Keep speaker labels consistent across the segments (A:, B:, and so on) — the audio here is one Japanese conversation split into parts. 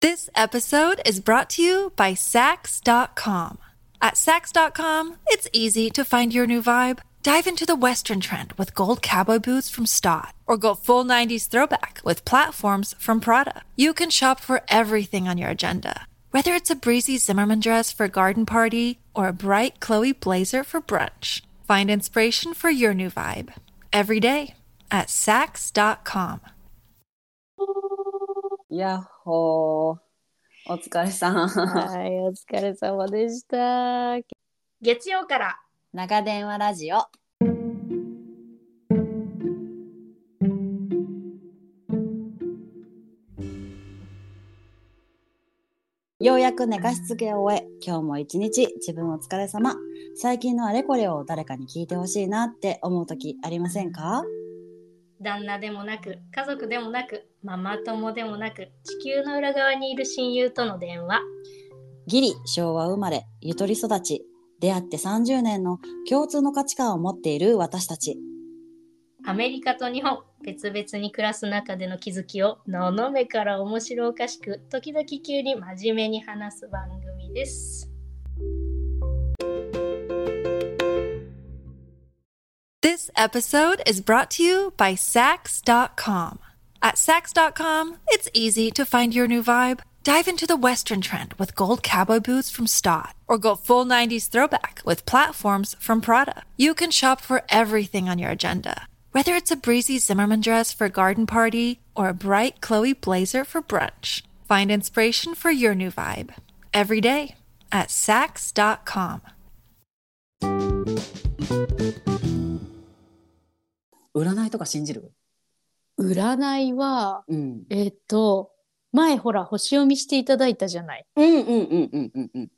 A: This episode is brought to you by Sax.com. At Sax.com, it's easy to find your new vibe. Dive into the Western trend with gold cowboy boots from Stott, or go full 90s throwback with platforms from Prada. You can shop for everything on your agenda, whether it's a breezy Zimmerman dress for a garden party or a bright Chloe blazer for brunch. Find inspiration for your new vibe every day at Sax.com.
B: やっほー。お疲れさん。
C: はい、お疲れ様でした。
D: 月曜から
B: 長電話ラジオ。ようやく寝かしつけを終え、今日も一日自分お疲れ様。最近のあれこれを誰かに聞いてほしいなって思う時ありませんか
D: 旦那でもなく家族でもなくママ友でもなく地球の裏側にいる親友との電話
B: ギリ昭和生まれゆとり育ち出会って30年の共通の価値観を持っている私たち
D: アメリカと日本別々に暮らす中での気づきを斜めから面白おかしく時々急に真面目に話す番組です。
A: This episode is brought to you by Sax.com. At Sax.com, it's easy to find your new vibe. Dive into the Western trend with gold cowboy boots from Stott, or go full 90s throwback with platforms from Prada. You can shop for everything on your agenda, whether it's a breezy Zimmerman dress for a garden party or a bright Chloe blazer for brunch. Find inspiration for your new vibe every day at Sax.com.
B: 占いとか信じる
C: 占いは、
B: うん
C: えっと、前ほら、星読みしていただいたじゃない。
B: うんうんうんうんうんうん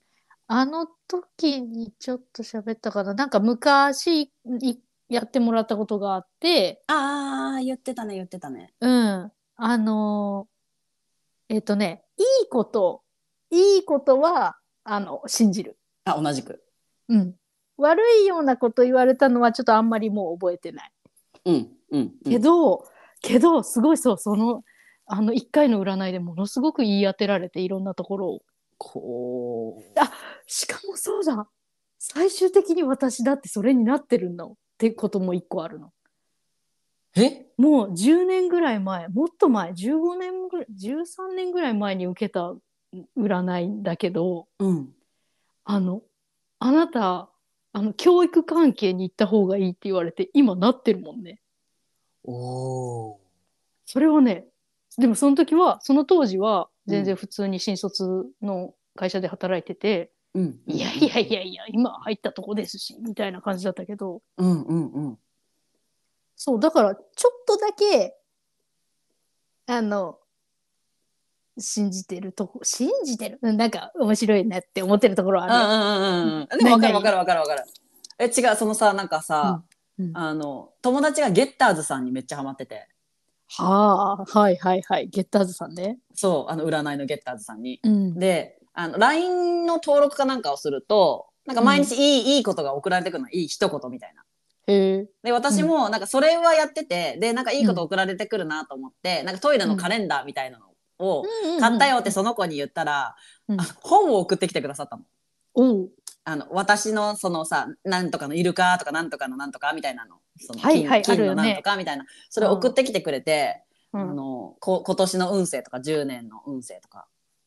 C: あの時にちょっと喋ったかな。なんか昔いやってもらったことがあって、
B: あー言ってたね言ってたね
C: うん。あのーえっとね、いいこと、いいことは、あの、信じる。
B: あ同じく
C: うん。悪いようなこと言われたのはちょっとあんまりもう覚えてない。
B: うんうん、うん、
C: けど、けどすごいそうそのあの1回の占いでものすごく言い当てられていろんなところを
B: こう
C: しかもそうだ最終的に私だってそれになってるのってことも1個あるの
B: え
C: もう10年ぐらい前もっと前15年ぐらい13年ぐらい前に受けた占いだけど
B: うん
C: あのあなたあの教育関係に行った方がいいって言われて今なってるもんね
B: おお
C: それはね、でもその時は、その当時は全然普通に新卒の会社で働いてて、
B: うん
C: いやいやいやいや、今入ったとこですし、みたいな感じだったけど、
B: うんうんうん
C: そう、だからちょっとだけ、あの、信じてるとこ、信じてるうんなんか面白いなって思ってるところはある。
B: うんうんうんでもわかるわかるわかるわかるえ違うそのさなんかさ、
C: うんうん
B: あの友達がゲッターズさんにめっちゃハマってて
C: はあ、はいはいはい。ゲッターズさんね。
B: そうあの占いのゲッターズさんに
C: うん。
B: であの LINE の登録かなんかをするとなんか毎日いい,、いいことが送られてくるのいい一言みたいな
C: へえ。
B: で私もなんかそれはやってて、でなんかいいこと送られてくるなと思って、なんかトイレのカレンダーみたいなのを買ったよってその子に言ったら、
C: うん
B: あの本を送ってきてくださったの。
C: おう。
B: あの私のそのさなんとかのイルカとかなんとかのなんとかみたいなのその金,、
C: はいはい
B: 金の
C: ある
B: な
C: よ
B: んと
C: ね
B: かみたいな、それを送ってきてくれて、
C: う
B: あ
C: ん。
B: のこ今年の運勢とか10年の運勢とか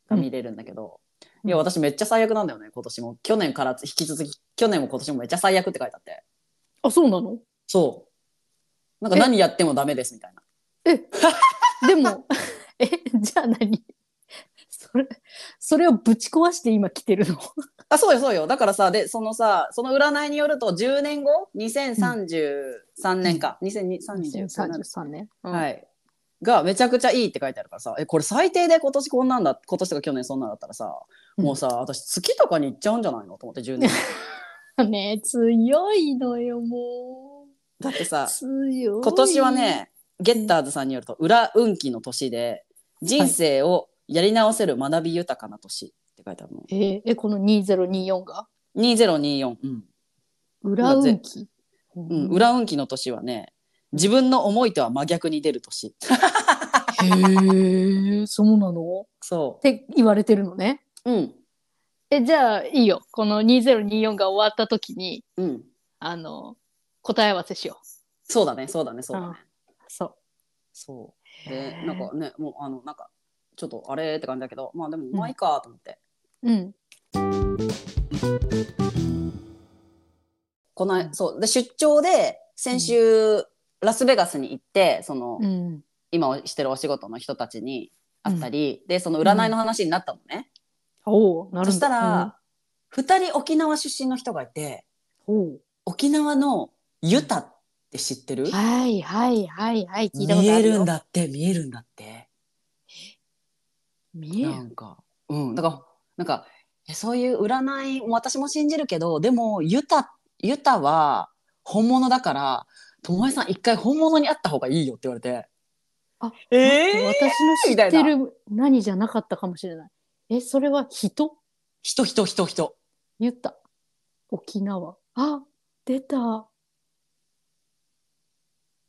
B: が見れるんだけど、
C: うん
B: いや私めっちゃ最悪なんだよね今年も去年から引き続き去年も今年もめっちゃ最悪って書いてあって
C: あ、そうなの
B: そうなんか何やってもダメですみたいな。
C: でも、 え、じゃあ何それ、それをぶち壊して今来てるの。
B: あそうよそうよだからさでそのさその占いによると10年後2033年か、2033年、
C: 2033年。
B: はいがめちゃくちゃいいって書いてあるからさえこれ最低で今年こんなんだ今年とか去年そんなんだったらさもうさ、私月とかに行っちゃうんじゃないのと思って10年
C: うん。ねえ強いのよ、も
B: だって
C: う。
B: さ
C: 強い。
B: 今年は、ねゲッターズさんによると裏運気の年で人生をやり直せる学び豊かな年って書いてあるの、
C: えーえ、この2024が
B: 2024うん
C: 裏運気。
B: うん、裏運気の年はね自分の思いとは真逆に出る年
C: へえ、そうなの
B: そ
C: って言われてるのね。
B: う。うん。
E: え、じゃあいいよ。この2024が終わった時に、
B: うん。
E: あの、答え合わせしよ
B: そうだね、そうだね、そうだね。
E: う。そう。
B: そう。で、なんかね、もう、あの、なんか、ちょっとあれって感じだけど、まあでも、まあいいかと思って。
C: うん。
B: この、そう。で、出張で、先週、ラスベガスに行って、その、
C: うん。
B: 今してるお仕事の人たちに会ったり、で、その占いの話になったのね。
C: おお、なるほ
B: そ
C: ど。
B: したら、二、人沖縄出身の人がいて、
C: うん、おう
B: 沖縄のユタって知ってる、
C: はいはいはいはい、聞いたこ
B: 見
C: とあ
B: え
C: る
B: る
C: よ
B: ん。だって、見えるんだって。
C: 見える
B: なんか、うん、だから、なんか、えそういう占い、私も信じるけど、でも、ユタ、ユタは本物だから、ともえさん一回本物に会った方がいいよって言われて。
C: あ、
B: えー、
C: 私の知っ
B: みた
C: て
B: い
C: る何じゃなかったかもしれない。え、それは人
B: 人人人人。
C: 言った。沖縄。あ、出た。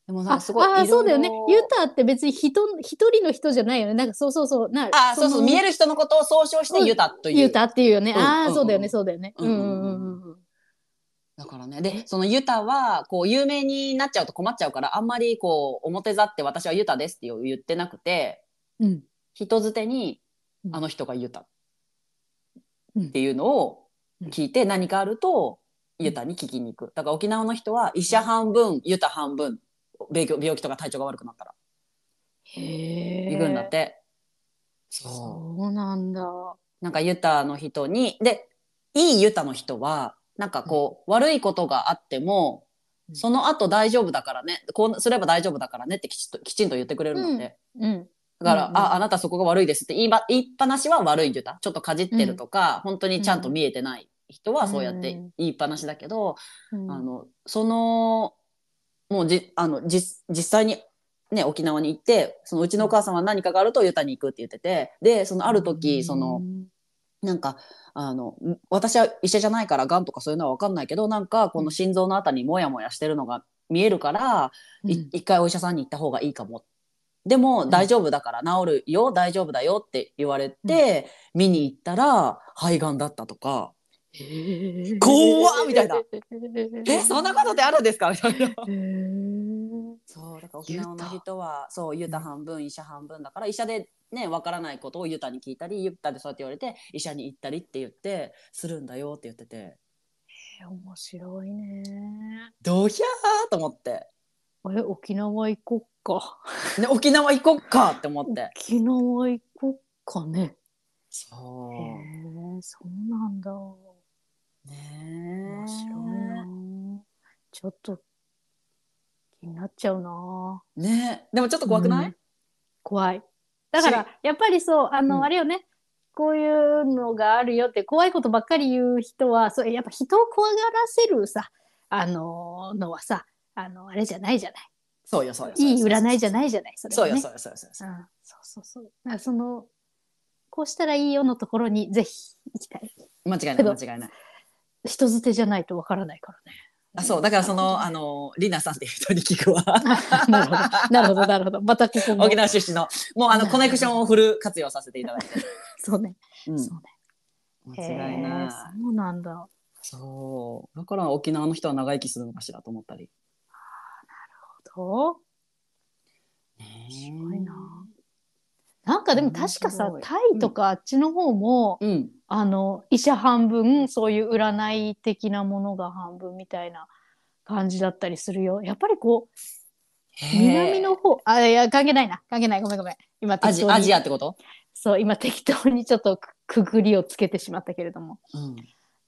B: でもなん
C: あ、
B: かすごい
C: あ
B: いろいろ
C: そうだよね。ユタって別に人、一人の人じゃないよね。なんかそうそうそう。な
B: あ、そうそう、見え
C: る
B: る人のことを総称してユタという。
C: ユタっていうよね。
B: うん
C: あ
B: う
C: あ、
B: ん
C: そうだよね、そうだよね。
B: う
C: うんん
B: う
C: うんん
B: う
C: うんんうん。
B: だからね。で、そのユタは、こう、有名になっちゃうと困っちゃうから、あんまり、こう、表ざって私はユタですって言ってなくて、
C: うん。
B: 人づてに、
C: うん
B: あの人がユタっ
C: うん
B: ていうのを聞いて、何かあると、ユタに聞きに行く。だから沖縄の人は、医者半分、ユタ半分、病気病気とか体調が悪くなったら、
C: へえ。
B: 行くんだって。そう。
C: そうなんだ。
B: なんかユタの人に、で、いいユタの人は、なんかこう、悪いことがあっても、
C: うん
B: その後大丈夫だからね、こうすれば大丈夫だからねってきちっときちんと言ってくれるので、
C: うん。
B: だから、
C: うんうん
B: あ、あなたそこが悪いですって言いば言いっぱなしは悪いユタ。ちょっとかじってるとか、本当にちゃんと見えてない人はそうやって言いっぱなしだけど、
C: うん
B: あの、その、もうじ、あの、じ、実際に、ね、沖縄に行って、そのうちのお母さんは何かがあるとユタに行くって言ってて、で、そのある時、その、、なんかあのん私は医者じゃないからがんとかそういうのは分かんないけどなんかこの心臓のあたりにもやもやしてるのが見えるから、い
C: うん
B: 一回お医者さんに行った方がいいかもでも大丈夫だから治るよ、大丈夫だよって言われて、見に行ったら肺がんだったとか怖っみたい な「え そんなことってあるんですか?」みたいな。
C: へー
B: そうだから沖縄の人はそうユタ半分医者半分だから医者でねわからないことをユタに聞いたりユタでそうやって言われて医者に行ったりって言ってするんだよって言ってて
C: 面白いね。
B: ドヒャーと思って、
C: あれ、沖縄行こっか。
B: ね、沖縄行こっかって思って
C: 沖縄行こっかね。
B: そ
C: へえ、そうなんだ。面
B: うね
C: 白いな。ちょっと気になっちゃうな。
B: ねでもちょっと怖くない、
C: うん怖い。だから、やっぱりそう、あの、
B: うん
C: あれよね。こういうのがあるよって怖いことばっかり言う人は、そう、やっぱ人を怖がらせるさ、あの、のはさ、あの、あれじゃないじゃない。
B: そうよそうよそうよ
C: いい占いじゃ
B: い
C: ないじゃない、それ
B: そ
C: は
B: うよ
C: ね。
B: そうよそうよそうよそうよ
C: うんそうそうそう。だからその、こうしたらいいよのところにぜひ行きたい。
B: 間違いな
C: け
B: い
C: ど
B: 間違いない
C: 人づてじゃないとわからないから ね。
B: あそうだからそのあのリナさんっていう人に聞くわ
C: なるほど、なるほど、なるほど。またここも
B: 沖。縄出身のもうあのコネクションをフル活用させていただいて、
C: そうね。
B: う
C: そ
B: ん
C: うね。
B: 間違い
C: へー
B: ない
C: そうなんだ。
B: そうだから沖縄の人は長生きするのかしらと思ったり
C: どう
B: す
C: ごいな。なんかでも確かさ
B: 面白い、
C: タイとかあっちの方も、
B: うん
C: あの、医者半分、そういう占い的なものが半分みたいな感じだったりするよ。やっぱりこう、南の方、あ、いや、関係ないな。関係ない。ごめんごめん。今、
B: ア
C: 適
B: ジ
C: 当に
B: アジアってこと、
C: そう、今適当にちょっとくくぐりをつけてしまったけれども。
B: うん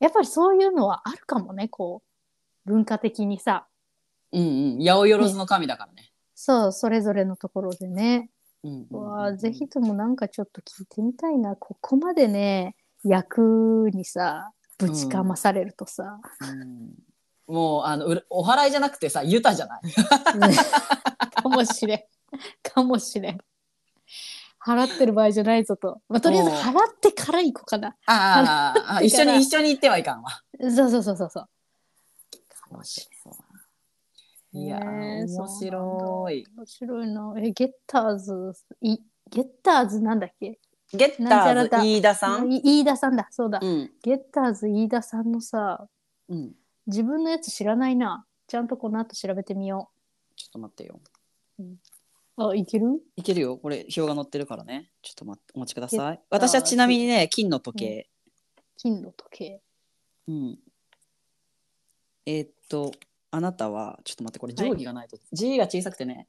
C: やっぱりそういうのはあるかもね、こう、文化的にさ。
B: うんうん、八百万の神だからね。
C: そう、それぞれのところでね。
B: うんうんうん
C: わあ、ぜひともなんかちょっと聞いてみたいな。ここまでね、役にさ、ぶちかまされるとさ。
B: うんもうあのうらお祓いじゃなくてさユタじゃない
C: かもしれん。かもしれん。払ってる場合じゃないぞと。まあ、とりあえず
B: おう
C: 払ってから行こうかな。
B: あーあーあー一緒に一緒に行ってはいかんわ
C: そうそうそうそうそう。かもしれん。
B: いやー、
C: ねえ
B: 面白い。
C: 面白いな。え、ゲッターズ、いゲッターズなんだっけ
B: ゲッタ
C: なんちゃら
B: ー
C: だ
B: ズ、飯田さん。
C: い飯田さんだ、そうだ。
B: うん。
C: ゲッターズ飯田さんのさ、
B: うん。
C: 自分のやつ知らないな。ちゃんとこの後調べてみよ
B: ちょっと待ってよ。
C: う。あ、いける
B: いけるよ。これ、表が載ってるからね。ちょっと待って、お待ちくだ
C: ゲッ
B: さい。私はちなみにね、金の時計。
C: 金の時計。
B: うん。えーっと、あなたは、ちょっと待って、これ定
C: い
B: 規がないと、字が小さくてね。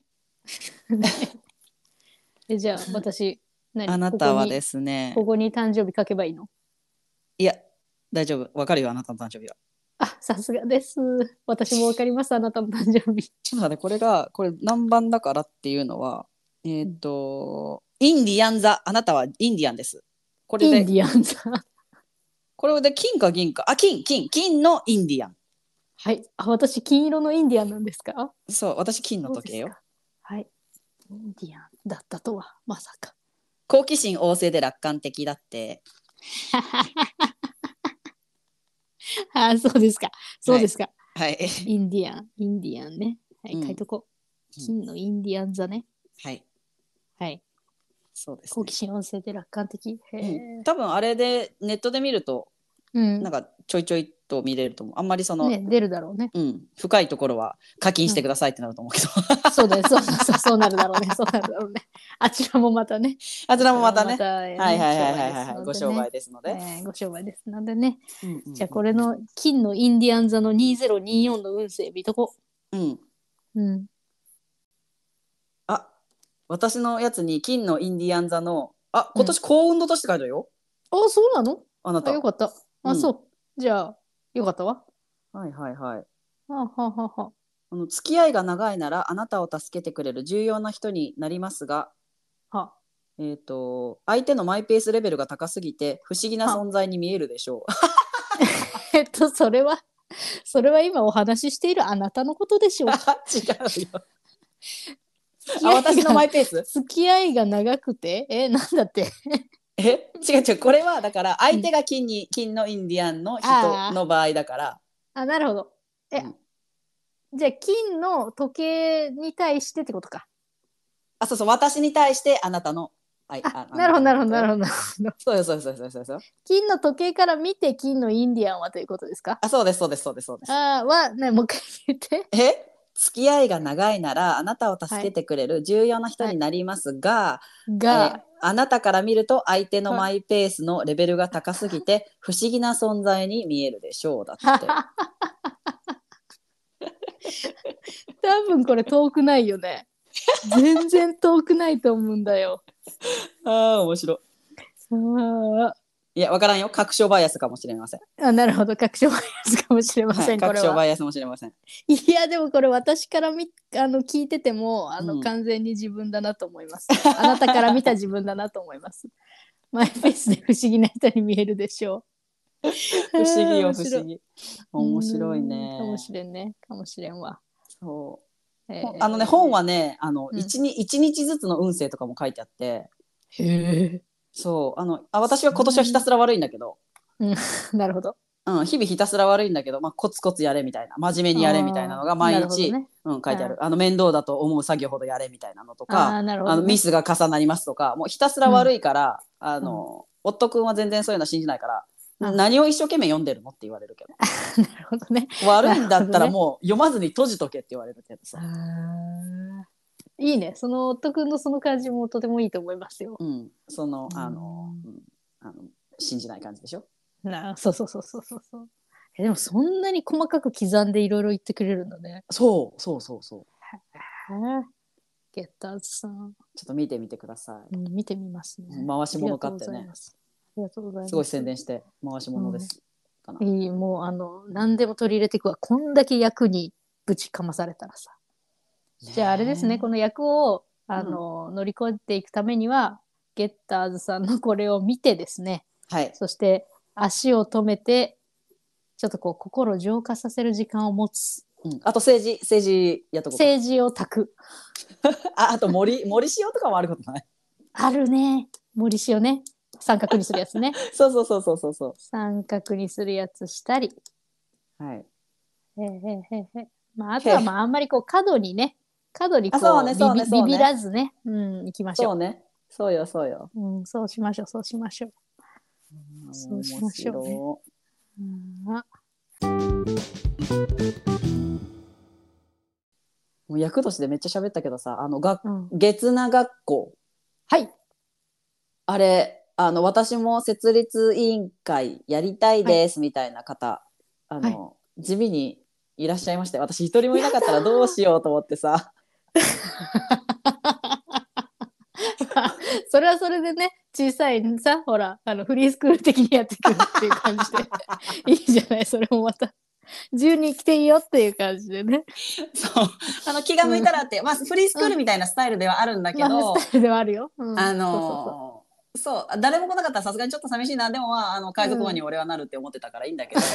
C: え、 じゃあ私、何
B: あなたは
C: ここに
B: ですね、
C: ここに誕生日書けばいいの
B: いや、大丈夫。わかるよ、あなたの誕生日は。
C: あ、さすがです。私もわかります、あなたの誕生日。
B: ちょっと待って、これが、これ何番だからっていうのは、えーっと、インディアン座、あなたはインディアンです。これ
C: イ ン
B: で
C: デ、ィアンさん。
B: これで金か銀か、あ、金、金、金のインディアン。
C: はい。あ、私、金色のインディアンなんですか
B: そう、私金の時計よ
C: そうです。かはい。インディアンだったとは、まさか。
B: 好奇心旺盛で楽観的だって。
C: あ、そうですか。そうですか。
B: はい。
C: インディアン、インディアンね。はい、
B: うん
C: 書いとこう。
B: うん
C: 金のインディアン座ね。
B: はい。
C: はい。
B: そうです、
C: 好奇心旺盛で楽観的。へえ。
B: うん多分あれでネットで見ると
C: うん。
B: なんかちょいちょいと見れると思うあんまりその、
C: ね、出るだろうね。
B: うん、深いところは課金してくださいってなると思うけど、
C: そうだよ、そうそうそう、そうなるだろうね。そうなるだろうね。あちらもまたね。
B: あちらもまたね
C: はい
B: はいはいはいはいはい、はい、ご商売。ですので、
C: えーご商売ですのでね。
B: うんうんうん
C: じゃあ、これの金のインディアン座の2024の運勢見とこ
B: うん
C: う。うん。
B: あ私のやつに金のインディアン座のあ今年幸運の年って書いてあるよ、
C: あ、そうなの
B: あなた
C: あ、よかった。
B: う
C: あ、
B: ん
C: そう。じゃあ、よかったわ。
B: はいはいはい
C: あはあはあはあ
B: あの付き合いが長いならあなたを助けてくれる重要な人になりますが
C: は
B: えー、と相手のマイペースレベルが高すぎて不思議な存在に見えるでしょう。
C: えっと、それは、それは今お話ししているあなたのことでしょうか。
B: 違うよ。あ私のマイペース
C: 付き合いが長くて、え、なんだって。
B: え違う違うこれはだから相手が金に金のインディアンの人の場合だから
C: あ、なるほど。え、
B: うん
C: じゃあ、金の時計に対してってことか。
B: あそうそう私に対してあなたの。あ
C: あ、なるほど、なるほど、なる
B: ほど。
C: ほど。
B: そうですそうですそうですそうですそうです。
C: 金の時計から見て金のインディアンはということですか
B: あそうですそうですそうですそうです。
C: あーは、ね、もう一回言って。
B: え付き合いが長いならあなたを助けてくれる重要な人になりますが。えー
C: が、
B: あなたから見ると相手のマイペースのレベルが高すぎて不思議な存在に見えるでしょうだって
C: 多分これ遠くないよね。全然遠くないと思うんだよ。
B: あー面白
C: あ
B: いいやわからんよ確証バイアスかもしれません、
C: ーあなるほど確証バイアスかもしれま
B: は
C: せ
B: い、
C: ん、
B: 確
C: これ
B: 証バ
C: は
B: イアスかもしれません
C: いやでもこれ私からみあの聞いててもあの、
B: うん
C: 完全に自分だなと思いますあなたから見た自分だなと思いますマイペースで不思議な人に見えるでしょ
B: 不
C: う
B: 思議
C: あ
B: よ
C: ー
B: 不思議面白いうね
C: んかもしれんねかもしれんわ、
B: そう
C: え
B: ほんあのね本
C: は
B: はねあの、
C: うん
B: 一日一日ずつの運勢とかも書いてあって
C: へ
B: そうあのあ私は今年はひたすら悪いんだけど、
C: え なるほど
B: うん、日々ひたすら悪いんだけど、まあ、コツコツやれみたいな真面目にやれみたいなのが毎
C: あーなるほど
B: 日、
C: ね
B: うん、書いてある、あの面倒だと思う作業ほどやれみたいなのとか
C: あーなるほ
B: あ
C: ど
B: の
C: ね
B: ミスが重なりますとかもうひたすら悪いから、あの夫君は全然そういうの信じないから、
C: うん
B: 何を一生懸命読んでるのって言われるけど、
C: なるほどね
B: 悪いんだった
C: なるほど
B: ら
C: ね
B: もう読まずに閉じとけって言われるけどさ、
C: いいねその夫君のその感じもとてもいいと思いますよ
B: うん、そのあの,、うんあの信じない感じでしょ
C: な あそうそうそうそうそうそうえでもそんなに細かく刻んでいろいろ言ってくれるんだね
B: そうそうそうそう
C: ゲッターズさん、
B: ちょっと見てみてください、
C: うん見てみますね
B: 回し物かってね
C: ありがとうございます
B: すごい宣伝して回し物です、かない
C: いもうあの何でも取り入れていくわこんだけ役にぶちかまされたらさじゃああれですねこの役をあの、乗り越えていくためにはゲッターズさんのこれを見てですね
B: はい
C: そして足を止めてちょっとこう心を浄化させる時間を持つ
B: うんあと政治政治やっとこうか
C: 政治を炊く
B: ああと森森塩とかもあることない
C: あるね森塩ね三角にするやつ ね
B: そうそうそうそうそうそ
C: 三角にするやつしたり
B: うはい
C: へーへーへーへーまあ、あとはまあ、あんまりこう、過度にね、過度にこ
B: あそう
C: う、
B: ね
C: ビ
B: そうね
C: ビ
B: そうね
C: ビビらずね、うん、行きまし
B: そ
C: ょ
B: う
C: う。
B: ね。そうよ、そうよ。
C: うん、そうしましょう、そうしましょう。そうしましょうね
B: 面白い
C: うんあ
B: もう役年でめっちゃ喋ったけどさ、あの、が
C: うん
B: 月名学校。
C: はい。
B: あれ、あの、私も設立委員会やりたいです、みたいな方、あの、地味にいらっしゃいまして、私一人もいなかったらどうしようと思ってさ、
C: それはそれでね、小さいさ、ほら、あの、フリースクール的にやってくるっていう感じ で、いいじゃない、それもまた。自由に来ていいよっていう感じでね。
B: そう、 あの、気が向いたらって、まあ、フリースクールみたいなスタイルではあるんだけど、
C: まあ、スタイルではあるよ。うん
B: あ
C: そうそう
B: のーそう誰も来なかったらさすがにちょっと寂しいなでもまああの海賊王に俺はなるって思ってたからいいん だけど
C: そ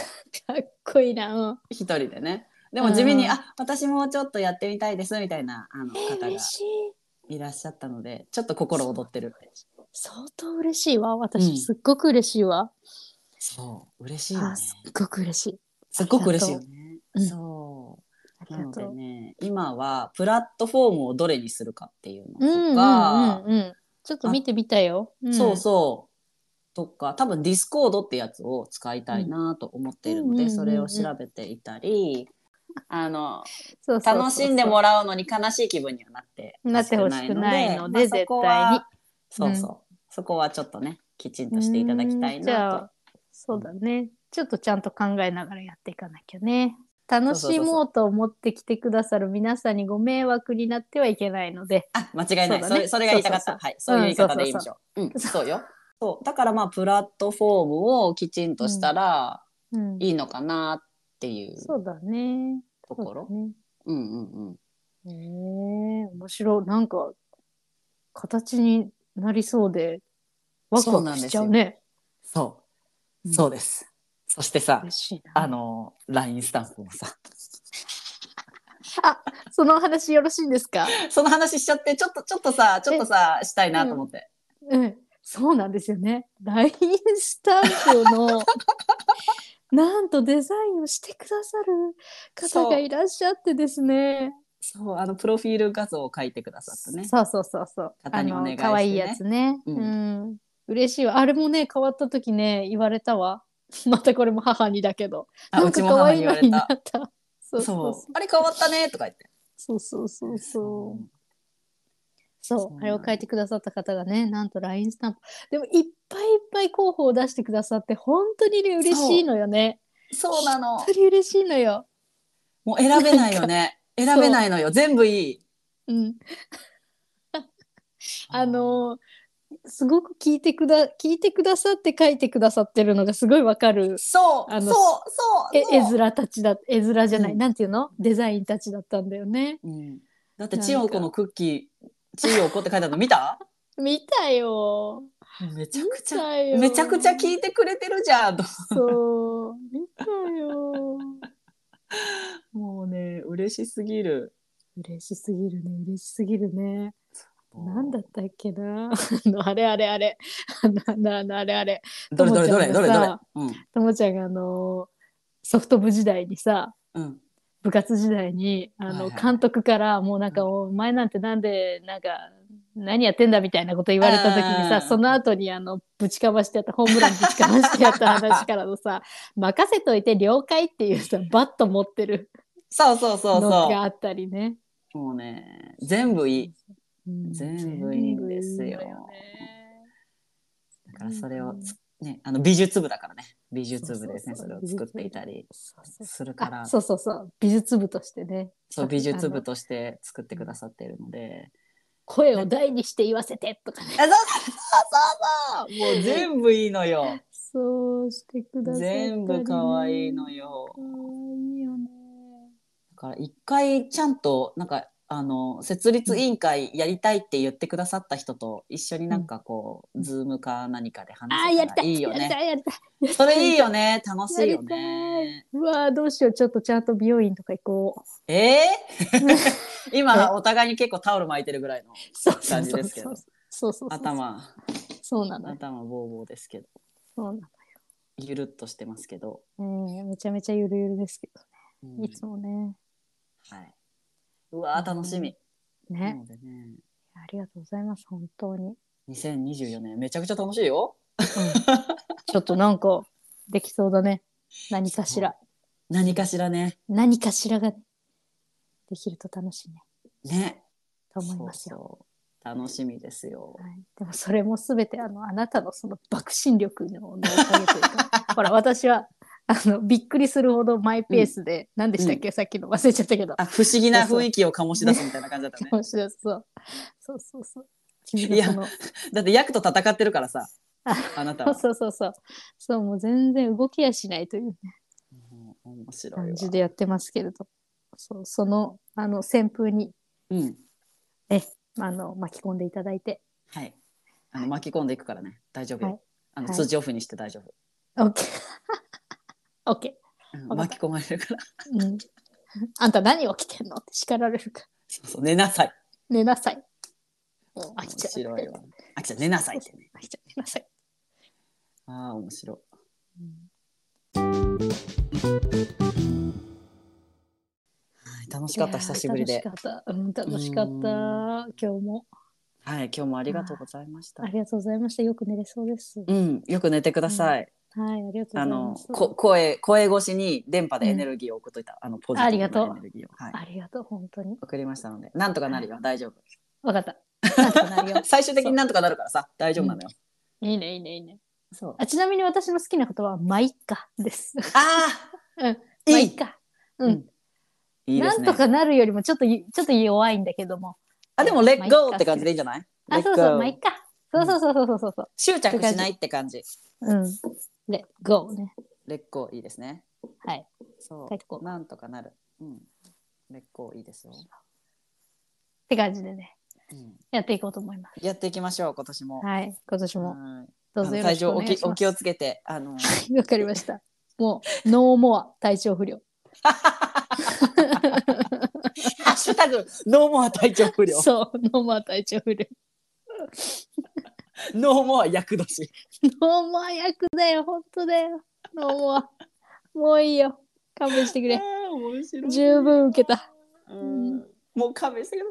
C: うかっこいいな。うん
B: 一人でねでも地味に、
C: うん
B: あ私もちょっとやってみたいですみたいなあの方が
C: 嬉しい。
B: いらっしゃったのでちょっと心躍ってる
C: 相当嬉しいわ。
B: うん
C: 私、すっごく嬉しいわ。
B: そう嬉しいよね
C: あすっごく嬉しい。
B: すっごく嬉しいよね
C: ありが
B: そう
C: あり
B: な
C: が
B: の
C: と
B: で
C: う。
B: ね今はプラットフォームをどれにするかっていうの
C: うんうんう
B: とか
C: ん、うん。ちょっと見てみたよ。ん
B: そうそう。とか、多分ディスコードってやつを使いたいなと思っているので、
C: うん
B: それを調べていたり、あ の、
C: そうそうそう
B: 楽しんでもらうのに悲しい気分にはなって
C: なってほしくないので
B: まあそこはそうそう。そこはちょっとね、きちんとしていただきたい
C: うんじゃ
B: な
C: あそうだね。ちょっとちゃんと考えながらやっていかなきゃね。楽しもうと思ってきてくださる皆さんにご迷惑になってはいけないので。
B: と。あ、間違いない。
C: そう
B: そ
C: だね
B: れそれが言いたかった。
C: そうそうそう
B: はい。そういう言い方でいい
C: うん
B: でしょう。うん、そうよ。そう。だからまあ、プラットフォームをきちんとしたら
C: うん、
B: いいのかなっていう
C: そうだね。
B: と
C: そう
B: こ
C: だ
B: ろ。
C: ね。
B: うんうんうん。
C: へえ面白い。なんか、形になりそうで、ワクワクしちゃうね。
B: そう。
C: うん
B: そうです。そしてさ、
C: 嬉しいな。
B: あの、LINE スタンプもさ、
C: そのお話よろしいんですか
B: その話しちゃって、ちょっと、ちょっとさ、ちょっとさ、したいなと思って。
C: うん。そうなんですよね。LINE スタンプ の、なんとデザインをしてくださる方がいらっしゃってですね。
B: そう、あの、プロフィール画像を書いてくださったね。
C: そうそうそうそう。
B: 方にお願いしてね
C: あの可愛いやつね。
B: う
C: うんん。嬉しいわ。あれもね、変わった時ね、言われたわ。 またこれも母にだけど。
B: あ、
C: な
B: うんちも
C: か可
B: 母
C: 愛
B: に
C: い
B: 言わ
C: の
B: れ。
C: になったた。そうそ
B: そうう。あれ変わったね、とか言って。
C: そうそうそうそう。
B: そ
C: そうう
B: なん
C: あれを書いてくださった方がねなんと LINE スタンプでもいっぱいいっぱい候補を出してくださって本当にね嬉しいのよね
B: そうなの
C: 本。当に嬉しいのよ、
B: もう選べないよ ね。選べないのよ。全部いい。
C: うん、あ、のすごく聞いてくだ聞いてくださって書いてくださってるのがすごいわかる
B: そう、そ
C: あ
B: う、
C: の
B: そう。
C: え絵
B: そう
C: 面たちだ絵面じゃない、
B: うん
C: なんていうのデザインたちだったんだよね
B: うんだって、千代子のクッキー、千代子って書いてあるの見た
C: 見たよ
B: めちゃくち
C: 見
B: ゃ
C: たよ
B: めちゃくちゃ聞いてくれてるじゃんと。
C: そう見たよ
B: もうね、嬉しすぎる。
C: 嬉しすぎるね嬉しすぎるねなんだったっけな あのあれあれあれ あのあのあのあれあれ
B: どれどれどれ
C: と
B: ど
C: も
B: れ
C: ちゃ
B: ど
C: んが
B: れ
C: さ。ともちゃんがあのソフト部時代にさ
B: うん。うん。
C: 部活時代にあ
B: はい
C: の
B: はい
C: 監督からもうなんか「お前なんてなんでなんか何やってんだ」みたいなこと言われた時に
B: あー
C: さその後にあのぶちかましてやったホームランぶちかましてやった話からのさ「任せといて了解」っていうさバット持ってる
B: そうそうそう
C: のが
B: そ
C: あったりね。
B: う。もうね、全部いい。
C: うん
B: 全部いいんですよ
C: 全部いいんだね
B: だからそれをつ、ね、あの美術部だからね。美術部ですね、
C: そ
B: そう
C: そう
B: れ
C: そう
B: を作っていたり
C: そうそう
B: するから、
C: あ
B: そ
C: そううそうそう美術部としてね
B: 美術部として作ってくださっているので。
C: 声を大にして言わせてとかね
B: あ、そうそうそう そうもう全部いいのよ。
C: そうしてくださったりね
B: 全部可愛いのよ
C: 可。愛いよね
B: だから一回ちゃんとなんかあの設立委員会やりたいって言ってくださった人と一緒になんかこう、ズームか何かで
C: あ
B: 話
C: ーや
B: せ
C: り
B: たら
C: た
B: い
C: い
B: いよ
C: やり
B: ね。
C: たいやりたい
B: それいいよね。楽しいよ
C: やり
B: ね。
C: うわーどうしようちょっとちゃんと美容院とか行こう
B: え ー、今お互いに結構タオル巻いてるぐらいの
C: そうそ
B: 感
C: う
B: じ
C: そう
B: ですけ
C: そ
B: ど
C: う。そうそうそう
B: 頭、
C: そうなのよ
B: 頭ボーボーですけど、
C: そうな
B: ゆるっとしてますけど。
C: のうんめちゃめちゃゆるゆるですけ
B: うん
C: どいつもね
B: はい。うわー楽しみ。な
C: ね。
B: のでね、
C: ありがとうございます、本当に。
B: 2024年めちゃくちゃ楽しいよ。
C: ちょっとなんか、できそうだね。何かしら。
B: 何かしらね。
C: 何かしらができると楽しいね。
B: ね。
C: と思いますよ。
B: そうそう楽しみですよ。
C: はい、でもそれもすべてあのあなたのその爆心力のおかげというかほら私はあのびっくりするほどマイペースで、何でしたっけ、さっきの忘れちゃったけど
B: あ、不思議な雰囲気を醸し出すみたいな感じだったね。
C: 面白そうそうそうそう君のその
B: だって役と戦ってるから さ、あなたは。
C: そうそうそうそうもう全然動きやしないという
B: うん面白い
C: 感
B: わ。
C: じでやってますけれどそうそのあの旋風に
B: うん。
C: あの巻き込んでいただいて
B: はい。あの巻き込んでいくからね。大丈夫よ。
C: はい
B: あの
C: はい
B: 通知オフにして大丈夫。
C: OK OK
B: うん
C: わかった
B: 巻き込まれるから。
C: うん、あんた何起きてんのって叱られるから
B: そうそう、寝なさい。
C: 寝なさい。もう飽
B: 面
C: きちゃう。
B: 白いわ。あきちゃん、寝なさいってね。
C: 飽きちゃう寝なさい。
B: ああ、面白い。はい楽しかった、久しぶり
C: い
B: で
C: や。ー楽しかった。うん、楽しかった。
B: うん
C: 今日も。
B: はい、今日もありがとうございました
C: あ。りがとうございました。よく寝れそうです。
B: うん、よく寝てください。
C: はい、ありがとうござ
B: あ
C: い
B: の
C: ます。、
B: こ、声、声越しに電波でエネルギーを送っといた。あの、ポジティブなエネルギーを。はい。
C: ありがとう、本当に。
B: 送りましたので、なんとかなるよ、大丈夫。。
C: わかった。なんとかなるよ
B: 最終的になんとかなるからさ、大丈夫なのよ。
E: いいね、いいね、いいね。
B: そう。
C: あちなみに私の好きな言葉は、まあいっかです。
B: あ
C: うん
B: あ、
C: まあ
B: い
C: いっ
B: い。
C: か。うん。
B: いいで
C: な
B: す
C: ん
B: ね。
C: とかなるよりもちょっとい、ちょっと弱いんだけども。
B: あ、でも、レッ
C: まあ
B: グ
C: いっか
B: ゴーって感じでいいんじゃない
C: あ、そうそう、まあいっか。そうそうそうそうそうそう。
B: 執着しないって感じ。
C: うん。レッグゴーね。
B: レッグゴーいいですね。
C: はい。
B: そ
C: 書いてこ
B: う。
C: う。っ
B: なんとかなる。うん。レッグゴーいいですよ。
C: て感じでね、
B: うん
C: やっていこうと思います。
B: やっていきましょう、今年も。
C: はい。今年も。
B: はいあ
C: どうぞ
B: の
C: よろ
B: 体
C: しく
B: 調お
C: お願い
B: き
C: し
B: お
C: ます。
B: 気をつけて、あの、
C: わかりました。もう、ノーモア、体調不良。
B: ハッシュタグ、ノーモア体調不良、
C: そう、ノーモア、体調不良。
B: ノーモア厄年。
C: ノーモア役だよ、本当だよ。ノーモア。もういいよ。勘弁してくれ。
B: あー面白い
C: 十分受けた。
B: うんもう勘弁してく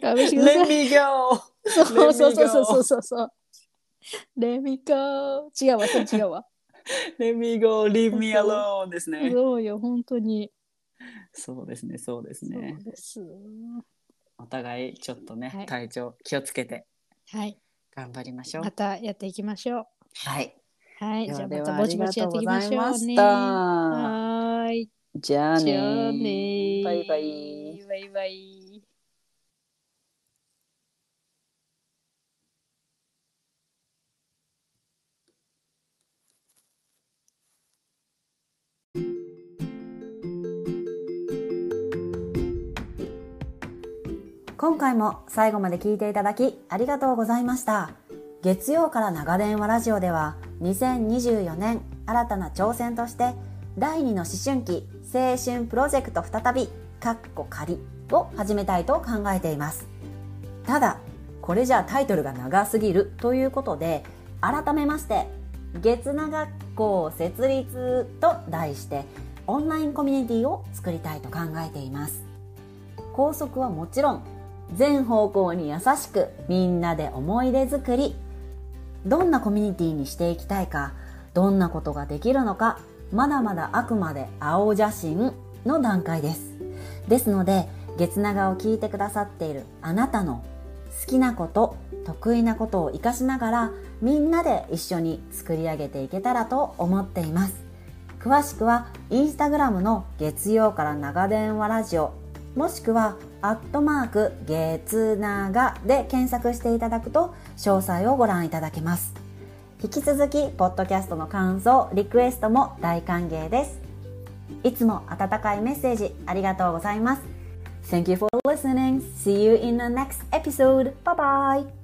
B: ださい。
C: 勘弁してくださ
B: Let
C: い。
B: me go!
C: そうそ
B: let
C: う
B: me
C: そう
B: go
C: そうそうそう。レミコー。違うわ、それ違うわ。
B: Let me go! Leave me
C: そう
B: alone! ですね。
C: そうよ、本当に。
B: そうですね、そうです
C: そう
B: ね。
C: です。
B: お互いちょっとね、
C: はい
B: 体調気をつけて
C: はい。
B: 頑張りましょう
C: ま。たやっていきましょう。
B: はい。
C: はい。
B: で
C: じ
B: は
C: ゃあ
B: で
C: ま
B: は
C: た
B: あ
C: ぼち
B: り
C: ぼ
B: が
C: ち
B: と
C: や
B: う
C: って
B: ご
C: いきま
B: ざい
C: しょ
B: ま
C: う
B: し
C: ね。
B: た。
C: はーい。
B: じゃあね
C: じゃあね
B: バイバイ。
E: バイバイ。
B: 今回も最後まで聞いていただきありがとうございました月曜から長電話ラジオでは2024年新たな挑戦として第二の思春期青春プロジェクト再びかっこ仮を始めたいと考えていますただこれじゃタイトルが長すぎるということで改めまして月名学校設立と題してオンラインコミュニティを作りたいと考えています校則はもちろん全方向に優しくみんなで思い出作りどんなコミュニティにしていきたいかどんなことができるのかまだまだあくまで青写真の段階ですですので月長を聞いてくださっているあなたの好きなこと得意なことを活かしながらみんなで一緒に作り上げていけたらと思っています詳しくはインスタグラムの月曜から長電話ラジオもしくはアットマーク月長で検索していただくと詳細をご覧いただけます引き続きポッドキャストの感想リクエストも大歓迎ですいつも温かいメッセージありがとうございます Thank you for listening. See you in the next episode. Bye bye.